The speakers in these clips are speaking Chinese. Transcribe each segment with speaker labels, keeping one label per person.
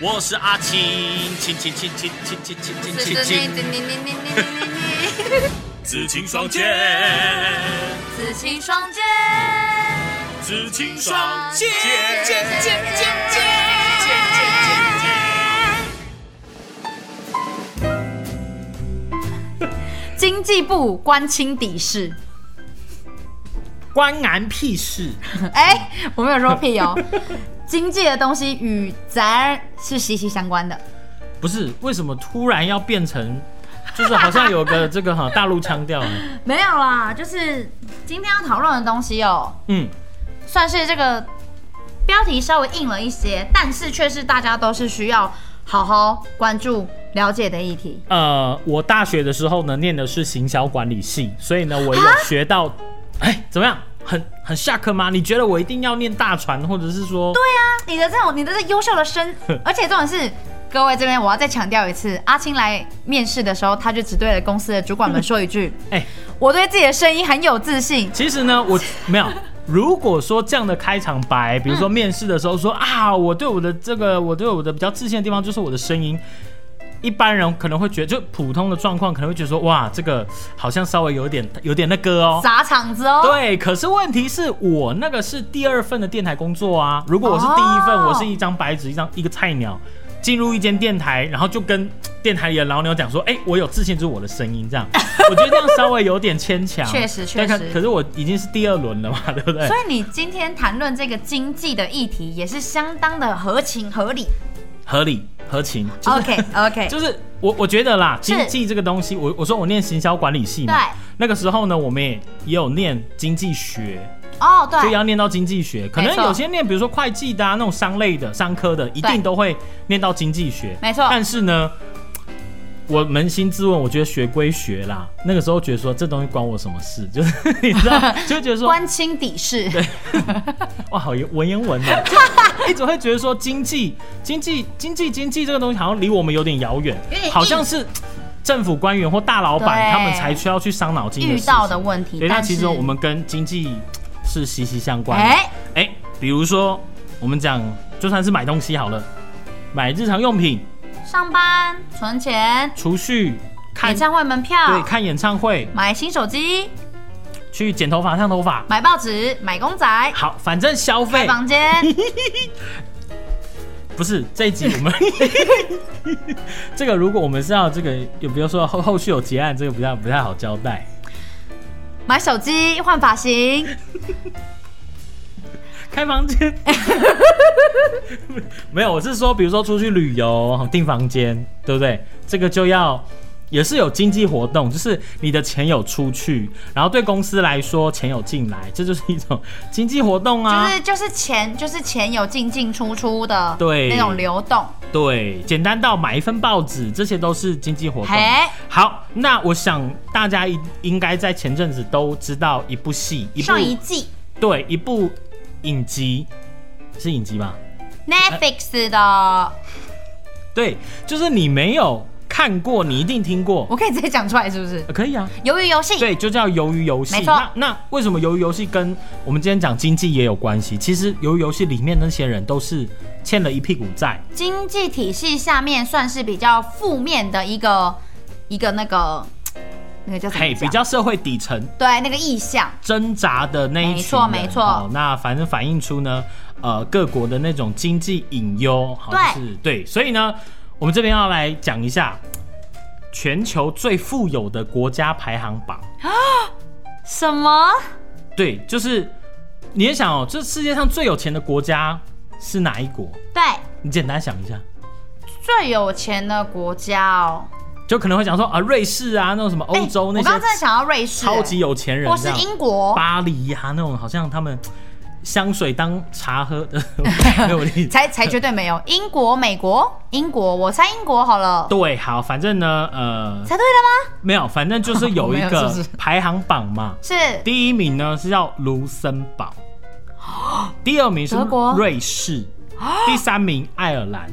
Speaker 1: 我是阿青，青青青青青青青青青青，紫青双剑，
Speaker 2: 紫青双剑，
Speaker 1: 紫青
Speaker 2: 双
Speaker 1: 剑剑剑
Speaker 2: 剑
Speaker 1: 剑剑剑剑
Speaker 2: 经济部关清底事。
Speaker 3: 关俺屁事！
Speaker 2: 哎、我没有说屁哦。经济的东西与咱是息息相关的，
Speaker 3: 不是为什么突然要变成，就是好像有个这个哈大陆腔调呢？
Speaker 2: 没有啦，就是今天要讨论的东西哦，
Speaker 3: 嗯，
Speaker 2: 算是这个标题稍微硬了一些，但是却是大家都是需要好好关注了解的议题。
Speaker 3: 呃，我大学的时候呢，念的是行销管理系，所以呢，我有学到，哎，怎么样？很很下课吗？你觉得我一定要念大船，或者是说，对，
Speaker 2: 对啊，你的这种你的这优秀的身， 而且重点是。各位这边我要再强调一次，阿青来面试的时候，他就只对着公司的主管们说一 句
Speaker 3: 哎、：“
Speaker 2: 我对自己的声音很有自信。
Speaker 3: 其实呢，我没有。如果说这样的开场白，比如说面试的时候说、啊，我对我的这个，我对我的比较自信的地方就是我的声音。一般人可能会觉得，就普通的状况可能会觉得说，哇，这个好像稍微有点有点那个”哦。
Speaker 2: 砸场子哦！
Speaker 3: 对，可是问题是我那个是第二份的电台工作啊。如果我是第一份，
Speaker 2: 哦
Speaker 3: 我是一张白纸，一张一个菜鸟，进入一间电台，然后就跟电台里的老鸟讲说，哎、我有自信，就是我的声音这 样。我觉得这样稍微有点牵强。
Speaker 2: 确实确
Speaker 3: 但可
Speaker 2: 实
Speaker 3: 可是我已经是第二轮了嘛， 对不对
Speaker 2: 所？以你今天谈论这个经济的议题，也是相当的合情合理。
Speaker 3: 合理合情。就是
Speaker 2: OK OK，
Speaker 3: 就是我我觉得啦，
Speaker 2: 哦是
Speaker 3: 经济这个东西，我我说我念行销管理系嘛，
Speaker 2: 对，
Speaker 3: 那个时候呢，我们也也有念经济学，
Speaker 2: 哦
Speaker 3: 就
Speaker 2: 对，
Speaker 3: 要念到经济学。可能
Speaker 2: 没错
Speaker 3: 有些念，比如说会计的、啊、那种商类的、商科的，一定都会念到经济学。
Speaker 2: 没错
Speaker 3: 但是呢，我扪心自问，我觉得学归学啦，那个时候觉得说这东西关我什么事？ 就是你知 道，就觉得说
Speaker 2: 关清底事，
Speaker 3: 哇，好言文言文哦， 就一直会觉得说经济、经济、经济、经济这个东西好像离我们有点遥远
Speaker 2: 有点，硬
Speaker 3: 好像是政府官员或大老板
Speaker 2: 对
Speaker 3: 他们才需要去伤脑筋
Speaker 2: 遇
Speaker 3: 事情
Speaker 2: 到的问题
Speaker 3: 对，，但
Speaker 2: 但
Speaker 3: 其实
Speaker 2: 是
Speaker 3: 我们跟经济是息息相关的。哎、
Speaker 2: 哎
Speaker 3: 比如说我们讲，就算是买东西好了，买日常用品、
Speaker 2: 上班存钱，
Speaker 3: 储蓄、看
Speaker 2: 演唱会门
Speaker 3: 对
Speaker 2: 票，
Speaker 3: 看演唱会、
Speaker 2: 买新手机，
Speaker 3: 去剪头发、烫头发，
Speaker 2: 买报纸，买公仔，
Speaker 3: 好，反正消
Speaker 2: 开
Speaker 3: 费
Speaker 2: 房间，
Speaker 3: 不是这一集 我们 这个，如果我们是要这个，有比如说后后续有结案，这个不太不太好交代。
Speaker 2: 买手机，换发型，
Speaker 3: 开房间，没有，我是说，比如说出去旅游订房间，对不对？这个就要也是有经济活动，就是你的钱有出去，然后对公司来说钱有进来，这就是一种经济活动
Speaker 2: 就
Speaker 3: 啊。
Speaker 2: 是就是钱，就是钱有进进出出的，
Speaker 3: 对
Speaker 2: 那种流动，
Speaker 3: 对，简单到买一份报纸，这些都是经济活动。
Speaker 2: 嘿，
Speaker 3: 好，那我想大家应应该在前阵子都知道一部戏，一部
Speaker 2: 上一季
Speaker 3: 对一部影集，是影集吧？
Speaker 2: Netflix 的，
Speaker 3: 对，就是你没有看过，你一定听过，
Speaker 2: 我可以直接讲出来是不是？
Speaker 3: 呃可以啊。
Speaker 2: 鱿鱼游戏，
Speaker 3: 对，就叫鱿鱼游戏。
Speaker 2: 没错
Speaker 3: 那那为什么鱿鱼游戏跟我们今天讲经济也有关系？其实鱿鱼游戏里面那些人都是欠了一屁股债，
Speaker 2: 经济体系下面算是比较负面的一个一个那个那个叫什么
Speaker 3: 嘿，
Speaker 2: 讲？
Speaker 3: 比较社会底层
Speaker 2: 对那个意向，
Speaker 3: 挣扎的那一群人
Speaker 2: 没错没错
Speaker 3: 好那反正反映出呢，呃，各国的那种经济隐忧，好，
Speaker 2: 对
Speaker 3: 就是对，所以呢，我们这边要来讲一下全球最富有的国家排行榜。
Speaker 2: 什么？
Speaker 3: 对，就是你也想哦，这世界上最有钱的国家是哪一国？
Speaker 2: 对，
Speaker 3: 你简单想一下，
Speaker 2: 最有钱的国家哦，
Speaker 3: 就可能会讲说啊，瑞士啊，那种什么欧洲
Speaker 2: 哎
Speaker 3: 那
Speaker 2: 我刚刚
Speaker 3: 些
Speaker 2: 真的想要瑞士，
Speaker 3: 超级有钱人啊这
Speaker 2: 或，是
Speaker 3: 样
Speaker 2: 英国，
Speaker 3: 巴黎呀、那种好像他们香水当茶喝 的，没有力。
Speaker 2: 才才绝对没有英国、美国、英国，我猜英国好了，
Speaker 3: 对，好，反正呢，呃，
Speaker 2: 猜对了吗？
Speaker 3: 没有，反正就是有一
Speaker 2: 没有
Speaker 3: 个
Speaker 2: 是不是
Speaker 3: 排行榜嘛。
Speaker 2: 是
Speaker 3: 第一名呢是叫卢森堡，第二名是
Speaker 2: 德国
Speaker 3: 瑞士，第三名爱尔兰，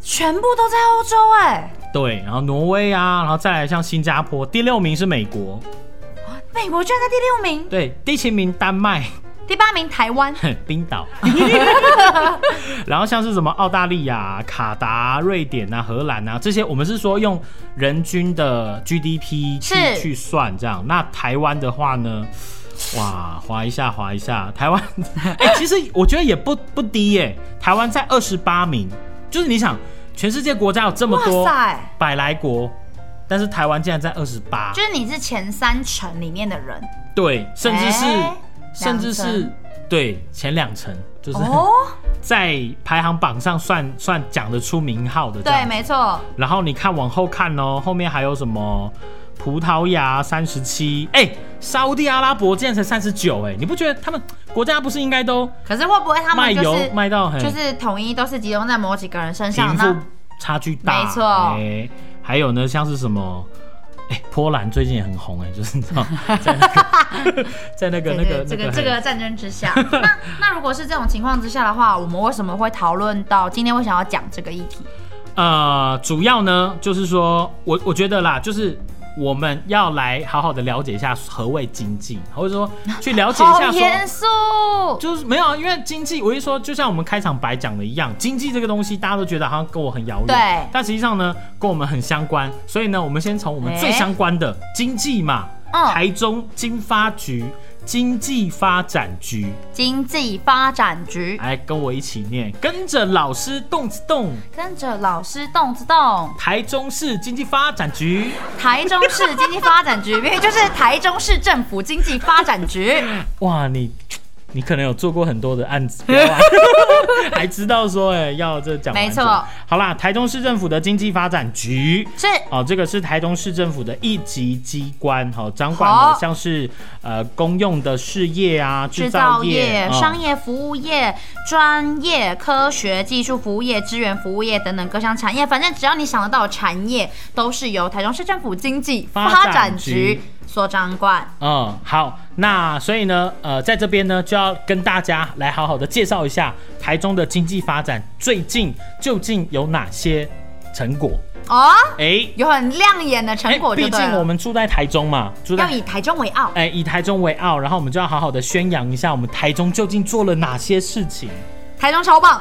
Speaker 2: 全部都在欧洲哎，
Speaker 3: 对，然后挪威啊，然后再来像新加坡，第六名是美国，
Speaker 2: 美国居然在第六名，
Speaker 3: 对，第七名丹麦，
Speaker 2: 第八名台湾，
Speaker 3: 冰岛， 然后像是什么澳大利亚、卡达、瑞典啊、荷兰啊这些，我们是说用人均的 GDP 去
Speaker 2: 是
Speaker 3: 去算这样。那台湾的话呢？哇，划一下，划一下，台湾， 哎、其实我觉得也不不低耶、台湾在二十八名，就是你想，全世界国家有这么多
Speaker 2: 哇塞
Speaker 3: 百来国，但是台湾竟然在二十八，
Speaker 2: 就是你是前三成里面的人
Speaker 3: 对，甚至是、
Speaker 2: 哎
Speaker 3: 甚至
Speaker 2: 两
Speaker 3: 是
Speaker 2: 成
Speaker 3: 对前两层，就是、
Speaker 2: 哦，
Speaker 3: 在排行榜上算算讲得出名号的这
Speaker 2: 对，
Speaker 3: 样。
Speaker 2: 没错，
Speaker 3: 然后你看往后看哦，后面还有什么？葡萄牙三十七，哎，沙烏地阿拉伯竟然才三十九，哎，你不觉得他们国家不是应该都
Speaker 2: 可是会不会他
Speaker 3: 卖
Speaker 2: 们就
Speaker 3: 油
Speaker 2: 是
Speaker 3: 卖到很
Speaker 2: 就是统一都是集中在某几个人身上？
Speaker 3: 贫
Speaker 2: 那
Speaker 3: 富差距大？
Speaker 2: 没错
Speaker 3: 哎，还有呢，像是什么？哎，波兰最近也很红哎，就是你知道， 在那个 在那个那个
Speaker 2: 对对这
Speaker 3: 那
Speaker 2: 个这个战争之下， 那那如果是这种情况之下的话，我们为什么会讨论到今天会想要讲这个议题？
Speaker 3: 呃，主要呢就是说我我觉得啦，就是我们要来好好的了解一下何谓经济，或者说去了解一
Speaker 2: 好
Speaker 3: 下
Speaker 2: 严
Speaker 3: 说。
Speaker 2: 肃，啊
Speaker 3: 就是没有啊，因为经济，我一说，就像我们开场白讲的一样，经济这个东西大家都觉得好像跟我很遥远，
Speaker 2: 对
Speaker 3: 但实际上呢，跟我们很相关。所以呢，我们先从我们最
Speaker 2: 哎
Speaker 3: 相关的、经济嘛，
Speaker 2: 嗯
Speaker 3: 台中经发局经济发展局，
Speaker 2: 经济发展局
Speaker 3: 来跟我一起念，跟着老师动次动，
Speaker 2: 跟着老师动子动，
Speaker 3: 台中市经济发展局。
Speaker 2: 台中市经济发展局，因为就是台中市政府经济发展局。
Speaker 3: 哇，你你可能有做过很多的案子，不要 啊还知道说哎、要这讲完
Speaker 2: 没错
Speaker 3: 整。好啦，台中市政府的经济发展局。
Speaker 2: 是
Speaker 3: 哦，这个是台中市政府的一级机关，哦，掌管了
Speaker 2: 好
Speaker 3: 像是呃公用的事业啊、
Speaker 2: 制
Speaker 3: 制
Speaker 2: 造
Speaker 3: 造
Speaker 2: 业、
Speaker 3: 嗯
Speaker 2: 商业服务业、专业科学技术服务业、资源服务业等等各项产业，反正只要你想得到的产业，都是由台中市政府经济发
Speaker 3: 发
Speaker 2: 展
Speaker 3: 展
Speaker 2: 局
Speaker 3: 局
Speaker 2: 所掌管。
Speaker 3: 嗯，好，那所以呢，呃，在这边呢，就要跟大家来好好的介绍一下台中的经济发展最近究竟有哪些成果。
Speaker 2: 哦，
Speaker 3: 哎、
Speaker 2: 有很亮眼的成果
Speaker 3: 哎
Speaker 2: 就
Speaker 3: 毕
Speaker 2: 对
Speaker 3: 竟我
Speaker 2: 了。
Speaker 3: 们住在台中嘛，住在
Speaker 2: 要以台中为傲，
Speaker 3: 哎，以台中为傲，然后我们就要好好的宣扬一下我们台中究竟做了哪些事情。
Speaker 2: 台中超棒，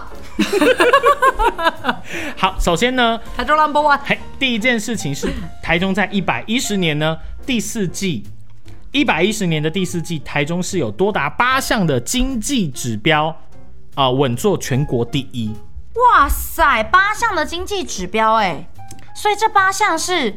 Speaker 3: 好，首先呢，
Speaker 2: 台中 number one。
Speaker 3: 嘿，第一件事情 是台中在一百一十年呢第四季，一百一十年的第四季，台中市有多达八项的经济指标啊、稳坐全国第一。
Speaker 2: 哇塞，八项的经济指标哎、所以这八项是，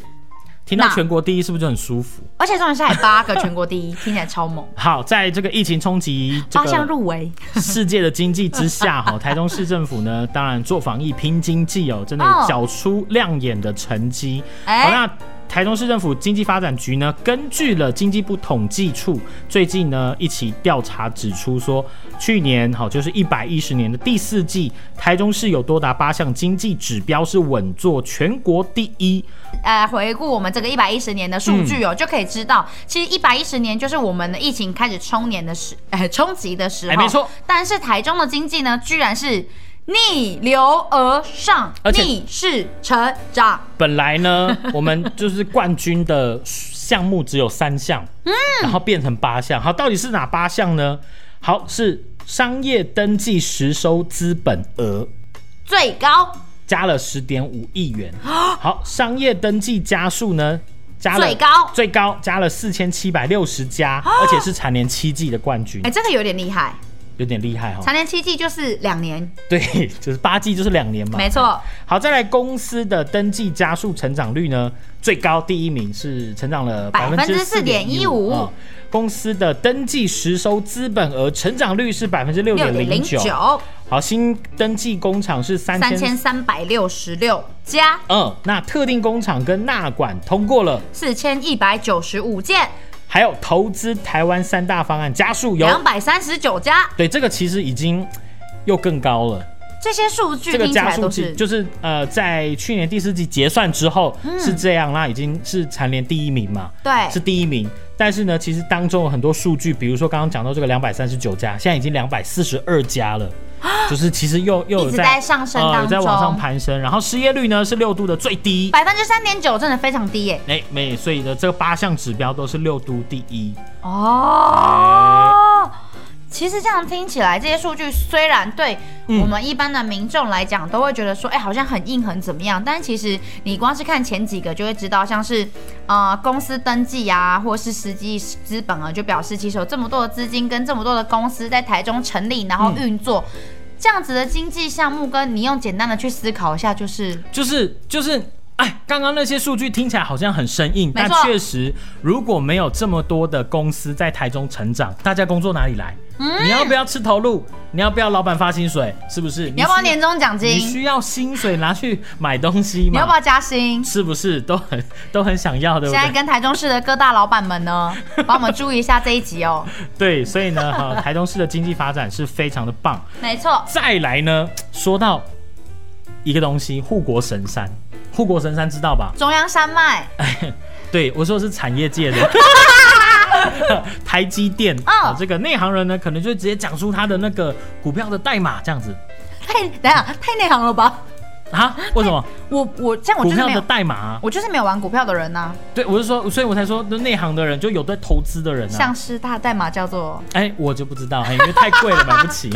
Speaker 3: 听到
Speaker 2: 那
Speaker 3: 全国第一是不是就很舒服？
Speaker 2: 而且重点是还八个全国第一，听起来超猛。
Speaker 3: 好，在这个疫情冲击这
Speaker 2: 八
Speaker 3: 个
Speaker 2: 项入围，
Speaker 3: 世界的经济之下， 哈，台中市政府呢，当然做防疫拼经济哦，真的
Speaker 2: 哦
Speaker 3: 缴出亮眼的成绩。
Speaker 2: 哎、
Speaker 3: 好，那台中市政府经济发展局呢，根据了经济部统计处最近呢一起调查指出说，去年好就是一百一十年的第四季，台中市有多达八项经济指标是稳坐全国第一。
Speaker 2: 呃，回顾我们这个一百一十年的数据
Speaker 3: 嗯
Speaker 2: 哦，就可以知道，其实一百一十年就是我们的疫情开始冲年的时， 呃，冲击的时候，
Speaker 3: 哎没错。
Speaker 2: 但是台中的经济呢，居然是逆流而上，
Speaker 3: 而且
Speaker 2: 逆势成长，
Speaker 3: 本来 呢，我们就是冠军的项目只有三项，
Speaker 2: 嗯
Speaker 3: 然后变成八项。好，到底是哪八项呢？好，是商业登记实收资本额。
Speaker 2: 最高
Speaker 3: 加了十点五亿元。好，商业登记家数呢？加了
Speaker 2: 啊最高啊
Speaker 3: 最高加了四千七百六十家，而且是蝉联七季的冠军
Speaker 2: 哎、，这个有点厉害，
Speaker 3: 有点厉害哈。
Speaker 2: 常年七季就是两年，
Speaker 3: 对，就是八季就是两年嘛。
Speaker 2: 没错。
Speaker 3: 好，再来公司的登记家数成长率呢，最高第一名是成长了百分之四点一
Speaker 2: 4.15
Speaker 3: 五。嗯公司的登记实收资本额成长率是百分之六
Speaker 2: 六
Speaker 3: 点
Speaker 2: 点
Speaker 3: 零
Speaker 2: 零
Speaker 3: 九。
Speaker 2: 九，
Speaker 3: 好，新登记工厂是三
Speaker 2: 三
Speaker 3: 千
Speaker 2: 千三百六十六加
Speaker 3: 嗯，那特定工厂跟纳管通过了，
Speaker 2: 四千一百九十五件，
Speaker 3: 还有投资台湾三大方案加速油。
Speaker 2: 两百三十九家，
Speaker 3: 对，这个其实已经又更高了。
Speaker 2: 这些数据
Speaker 3: 这个
Speaker 2: 听起
Speaker 3: 加
Speaker 2: 来
Speaker 3: 速
Speaker 2: 都
Speaker 3: 器
Speaker 2: 是
Speaker 3: 就是呃，在去年第四季结算之后、
Speaker 2: 嗯
Speaker 3: 是这样，那已经是蝉联第一名嘛，
Speaker 2: 对
Speaker 3: 是第一名。但是呢，其实当中有很多数据，比如说刚刚讲到这个两百三十九家，现在已经两百四十二家了。就是其实又又有
Speaker 2: 啊一直在上升
Speaker 3: 呃
Speaker 2: 当
Speaker 3: 有在往上
Speaker 2: 中
Speaker 3: 攀升，然后失业率呢是六度的最低，
Speaker 2: 百分之三点九，真的非常低耶、
Speaker 3: 哎、没，所以呢，这八项指标都是六都第一。
Speaker 2: 哦，其实这样听起来，这些数据虽然对
Speaker 3: 嗯
Speaker 2: 我们一般的民众来讲，都会觉得说，哎、好像很硬很怎么样，但其实你光是看前几个就会知道，像是呃公司登记啊，或是实际资本啊额，就表示其实有这么多的资金跟这么多的公司在台中成立，然
Speaker 3: 嗯
Speaker 2: 后运作。这样子的经济项目，跟你用简单的去思考一下，就是
Speaker 3: 就是就是，哎，刚刚那些数据听起来好像很生硬，
Speaker 2: 没
Speaker 3: 但
Speaker 2: 错
Speaker 3: 确实如果没有这么多的公司在台中成长，大家工作哪里来？
Speaker 2: 嗯
Speaker 3: 你要不要吃头路？你要不要老板发薪水？是不是？
Speaker 2: 你要不要
Speaker 3: 需
Speaker 2: 年终奖金，
Speaker 3: 你需要薪水拿去买东西
Speaker 2: 你
Speaker 3: 嘛？
Speaker 2: 要不要加薪？
Speaker 3: 是不是都很都很想要，对不
Speaker 2: 现在
Speaker 3: 对？
Speaker 2: 跟台中市的各大老板 们呢，帮我们注意一下这一集哦。
Speaker 3: 对，所以呢，哈，台中市的经济发展是非常的 棒。
Speaker 2: 没错，
Speaker 3: 再来呢，说到一个东西，护国神山，护国神山知道吧？
Speaker 2: 中央山 脉，
Speaker 3: 对，我说的是产业界 的。台积电
Speaker 2: 哦
Speaker 3: 啊、这个内行人呢，可能就直接讲出他的那个股票的代码这样子
Speaker 2: 太等一下太内行了吧？
Speaker 3: 啊？为什么
Speaker 2: 我我这样我
Speaker 3: 股
Speaker 2: 就是
Speaker 3: 票
Speaker 2: 哦
Speaker 3: 的
Speaker 2: 没有，
Speaker 3: 代码啊、
Speaker 2: 我就是没有玩股票的人啊呐、
Speaker 3: 对，我是说，所以我才说就内行的人就有在投资的人啊
Speaker 2: 像。师大代码叫做
Speaker 3: 哎、我就不知道，嘿因为太贵了，买不起。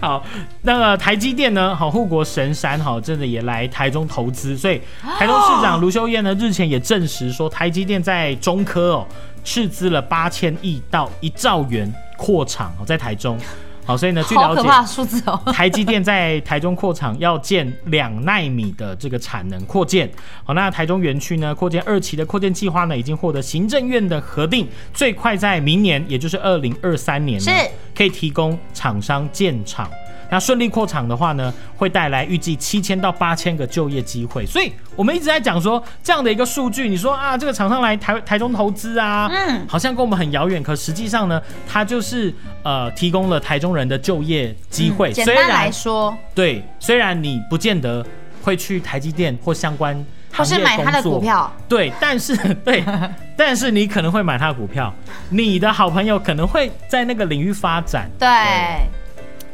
Speaker 3: 好，那个台积电呢？好，护国神山好，真的也来台中投资，所以台中市长卢秀燕呢日前也证实说，台积电在中科哦斥资了八千亿到一兆元扩厂哦，在台中。好，所以呢，据
Speaker 2: 好
Speaker 3: 了
Speaker 2: 可
Speaker 3: 解，
Speaker 2: 怕的数字哦。
Speaker 3: 台积电在台中扩厂要建两纳米的这个产能扩建。好，那台中园区呢，扩建二期的扩建计划呢，已经获得行政院的核定，最快在明年，也就是二零二三年呢，
Speaker 2: 是
Speaker 3: 可以提供厂商建厂。那顺利扩厂的话呢，会带来预计七千到八千个就业机会。所以我们一直在讲说这样的一个数据，你说啊，这个厂商来台台中投资啊，
Speaker 2: 嗯
Speaker 3: 好像跟我们很遥远，可实际上呢，它就是呃提供了台中人的就业机会。
Speaker 2: 嗯简
Speaker 3: 虽
Speaker 2: 单
Speaker 3: 然
Speaker 2: 来说，
Speaker 3: 对，虽然你不见得会去台积电或相关
Speaker 2: 或
Speaker 3: 行业
Speaker 2: 是买他的
Speaker 3: 工作
Speaker 2: 股，票，
Speaker 3: 对，但是 对，但是你可能会买他的股票，你的好朋友可能会在那个领域发展，
Speaker 2: 对。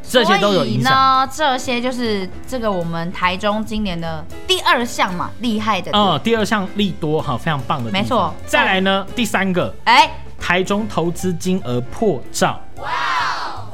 Speaker 3: 这些都有影响。
Speaker 2: 所以呢，这些就是这个我们台中今年的第二项嘛，厉害的。
Speaker 3: 嗯，第二项利多哈，非常棒的地方。
Speaker 2: 没错
Speaker 3: 再来呢，第三个，
Speaker 2: 哎、
Speaker 3: 台中投资金额破兆。哇！
Speaker 2: 哦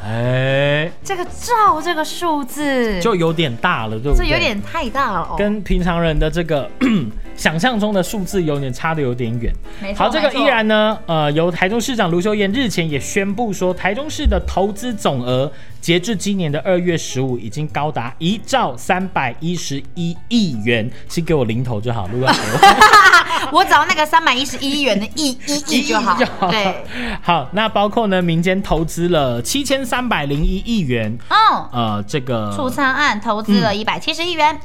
Speaker 3: 哎，
Speaker 2: 这个兆这个数字，
Speaker 3: 就有点大了，对不对？
Speaker 2: 这有点太大了哦。
Speaker 3: 跟平常人的这个 想象中的数字有点差的有点远。
Speaker 2: 没错
Speaker 3: 好，这个
Speaker 2: 没错
Speaker 3: 依然呢，呃，由台中市长卢秀燕日前也宣布说，台中市的投资总额截至今年的二月十五已经高达一兆三百一十一亿元，请给我零头就好，如果要给我
Speaker 2: 我找那个三百一十一元的亿一亿就好
Speaker 3: 一亿就。好
Speaker 2: 对，
Speaker 3: 好，那包括呢，民间投资了七千三百零一亿元，
Speaker 2: 嗯，
Speaker 3: 呃，这个
Speaker 2: 促仓案投资了一百七十亿元。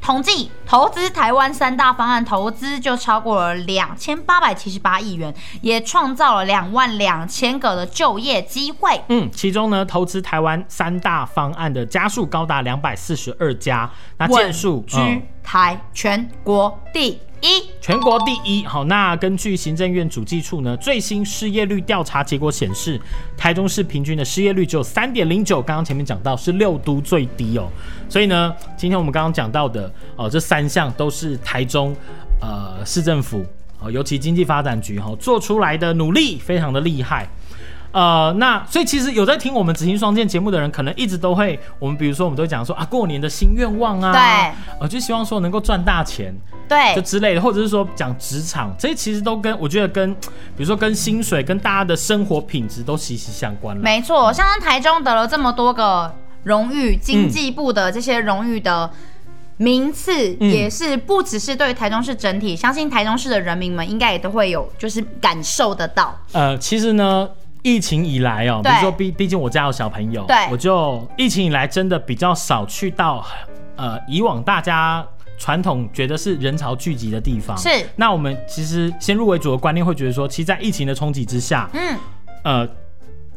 Speaker 2: 统计投资台湾三大方案投资就超过了两千八百七十八亿元，也创造了两万两千个的就业机会。
Speaker 3: 嗯，其中呢，投资台湾三大方案的家数高达两百四十二家，那嗯件数
Speaker 2: 居、台全国第一，
Speaker 3: 全国第一。好，那根据行政院主计处呢最新失业率调查结果显示，台中市平均的失业率只有三点零九，刚刚前面讲到是六都最低哦。所以呢，今天我们刚刚讲到的哦、这三项都是台中呃市政府哦，尤其经济发展局哈、哦、做出来的努力非常的厉害。呃，那所以其实有在听我们执行双剑节目的人，可能一直都会，我们比如说我们都会讲说啊，过年的新愿望啊，
Speaker 2: 对，
Speaker 3: 呃，就希望说能够赚大钱，就
Speaker 2: 对，
Speaker 3: 之类的，或者是说讲职场，这些其实都跟我觉得跟，比如说跟薪水跟大家的生活品质都息息相关了。
Speaker 2: 没错，像台中得了这么多个荣誉，经济部的这些荣誉的。名次
Speaker 3: 嗯
Speaker 2: 也是不只是对于台中市整体，相信台中市的人民们应该也都会有，就是感受得到。
Speaker 3: 呃，其实呢，疫情以来哦，比
Speaker 2: 对
Speaker 3: 如说毕毕竟我家有小朋友，
Speaker 2: 对
Speaker 3: 我就疫情以来真的比较少去到呃以往大家。传统觉得是人潮聚集的地方，
Speaker 2: 是
Speaker 3: 那我们其实先入为主的观念会觉得说，其实，在疫情的冲击之下，
Speaker 2: 嗯，
Speaker 3: 呃，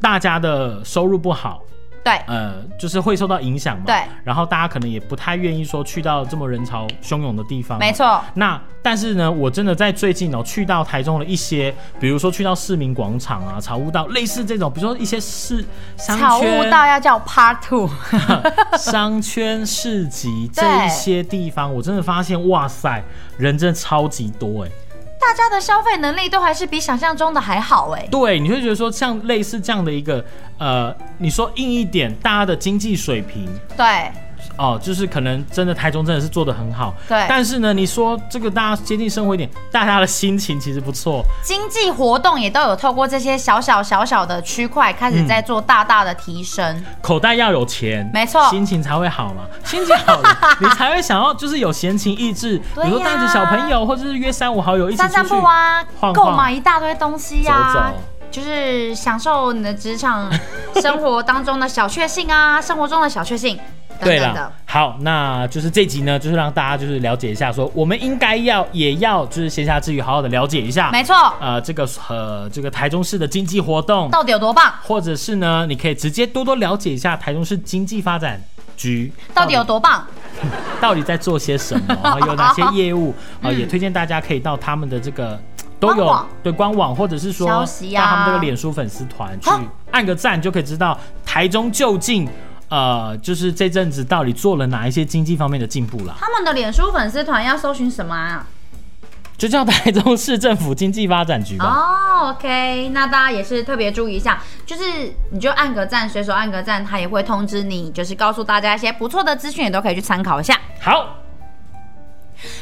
Speaker 3: 大家的收入不好，
Speaker 2: 对，
Speaker 3: 呃，就是会受到影响嘛。
Speaker 2: 对。
Speaker 3: 然后大家可能也不太愿意说去到这么人潮汹涌的地方。啊
Speaker 2: 没。错，
Speaker 3: 那但是呢，我真的在最近哦，去到台中的一些，比如说去到市民广场啊、草悟道，类似这种，比如说一些市商
Speaker 2: 草悟
Speaker 3: 圈、
Speaker 2: 道要叫 Part Two，
Speaker 3: 商圈市集这
Speaker 2: 对
Speaker 3: 一些地方，我真的发现，哇塞，人真的超级多哎。
Speaker 2: 大家的消费能力都还是比想象中的还好哎、
Speaker 3: 对，你会觉得说像类似这样的一个呃，你说硬一点，大家的经济水平
Speaker 2: 对
Speaker 3: 哦，就是可能真的台中真的是做的很好，
Speaker 2: 对
Speaker 3: 但是呢，你说这个大家接近生活一点，大家的心情其实不错，
Speaker 2: 经济活动也都有透过这些小小小小的区块开
Speaker 3: 嗯
Speaker 2: 始在做大大的提升。
Speaker 3: 口袋要有钱，
Speaker 2: 没错
Speaker 3: 心情才会好嘛。心情好了， 你才会想要就是有闲情逸致，
Speaker 2: 对
Speaker 3: 比如说带着
Speaker 2: 呀
Speaker 3: 小朋友或者是约三五好友一起出
Speaker 2: 散
Speaker 3: 去
Speaker 2: 散步啊
Speaker 3: 晃晃，
Speaker 2: 购买一大堆东西呀、啊
Speaker 3: 走走，
Speaker 2: 就是享受你的 职场生活当中的小确幸啊，生活中的小确幸等
Speaker 3: 对
Speaker 2: 等的
Speaker 3: 了。，好，那就是这集呢，就是让大家就是了解一下说我们应该要也要就是闲暇之余好好的了解一下，
Speaker 2: 没错，
Speaker 3: 呃，这个呃这个台中市的经济活动，
Speaker 2: 到底有多棒？
Speaker 3: 或者是呢，你可以直接多多了解一下台中市经济发展局
Speaker 2: 到底有多棒？
Speaker 3: 到底在做些什 么，啊有哪些业务啊、也推荐大家可以到他们的这个。呃都
Speaker 2: 嗯官
Speaker 3: 有
Speaker 2: 网
Speaker 3: 对官网，或者是说
Speaker 2: 消息
Speaker 3: 到
Speaker 2: 啊
Speaker 3: 他们这个脸书粉丝团去
Speaker 2: 啊
Speaker 3: 按个赞，就可以知道台中究竟呃，就是这阵子到底做了哪一些经济方面的进步啦。
Speaker 2: 他们的脸书粉丝团要搜寻什么啊？
Speaker 3: 就叫台中市政府经济发展局吧。
Speaker 2: 哦、o k 那大家也是特别注意一下，就是你就按个赞，随手按个赞，他也会通知你，就是告诉大家一些不错的资讯，也都可以去参考一下。
Speaker 3: 好，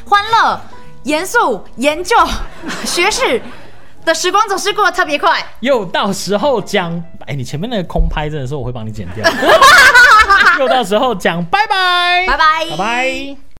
Speaker 2: 欢乐、严肃、研究、学士的时光总是过得特别快。
Speaker 3: 又到时候讲，哎，你前面那个空拍真的是我会帮你剪掉。又到时候讲，拜拜，
Speaker 2: 拜拜
Speaker 3: 拜拜。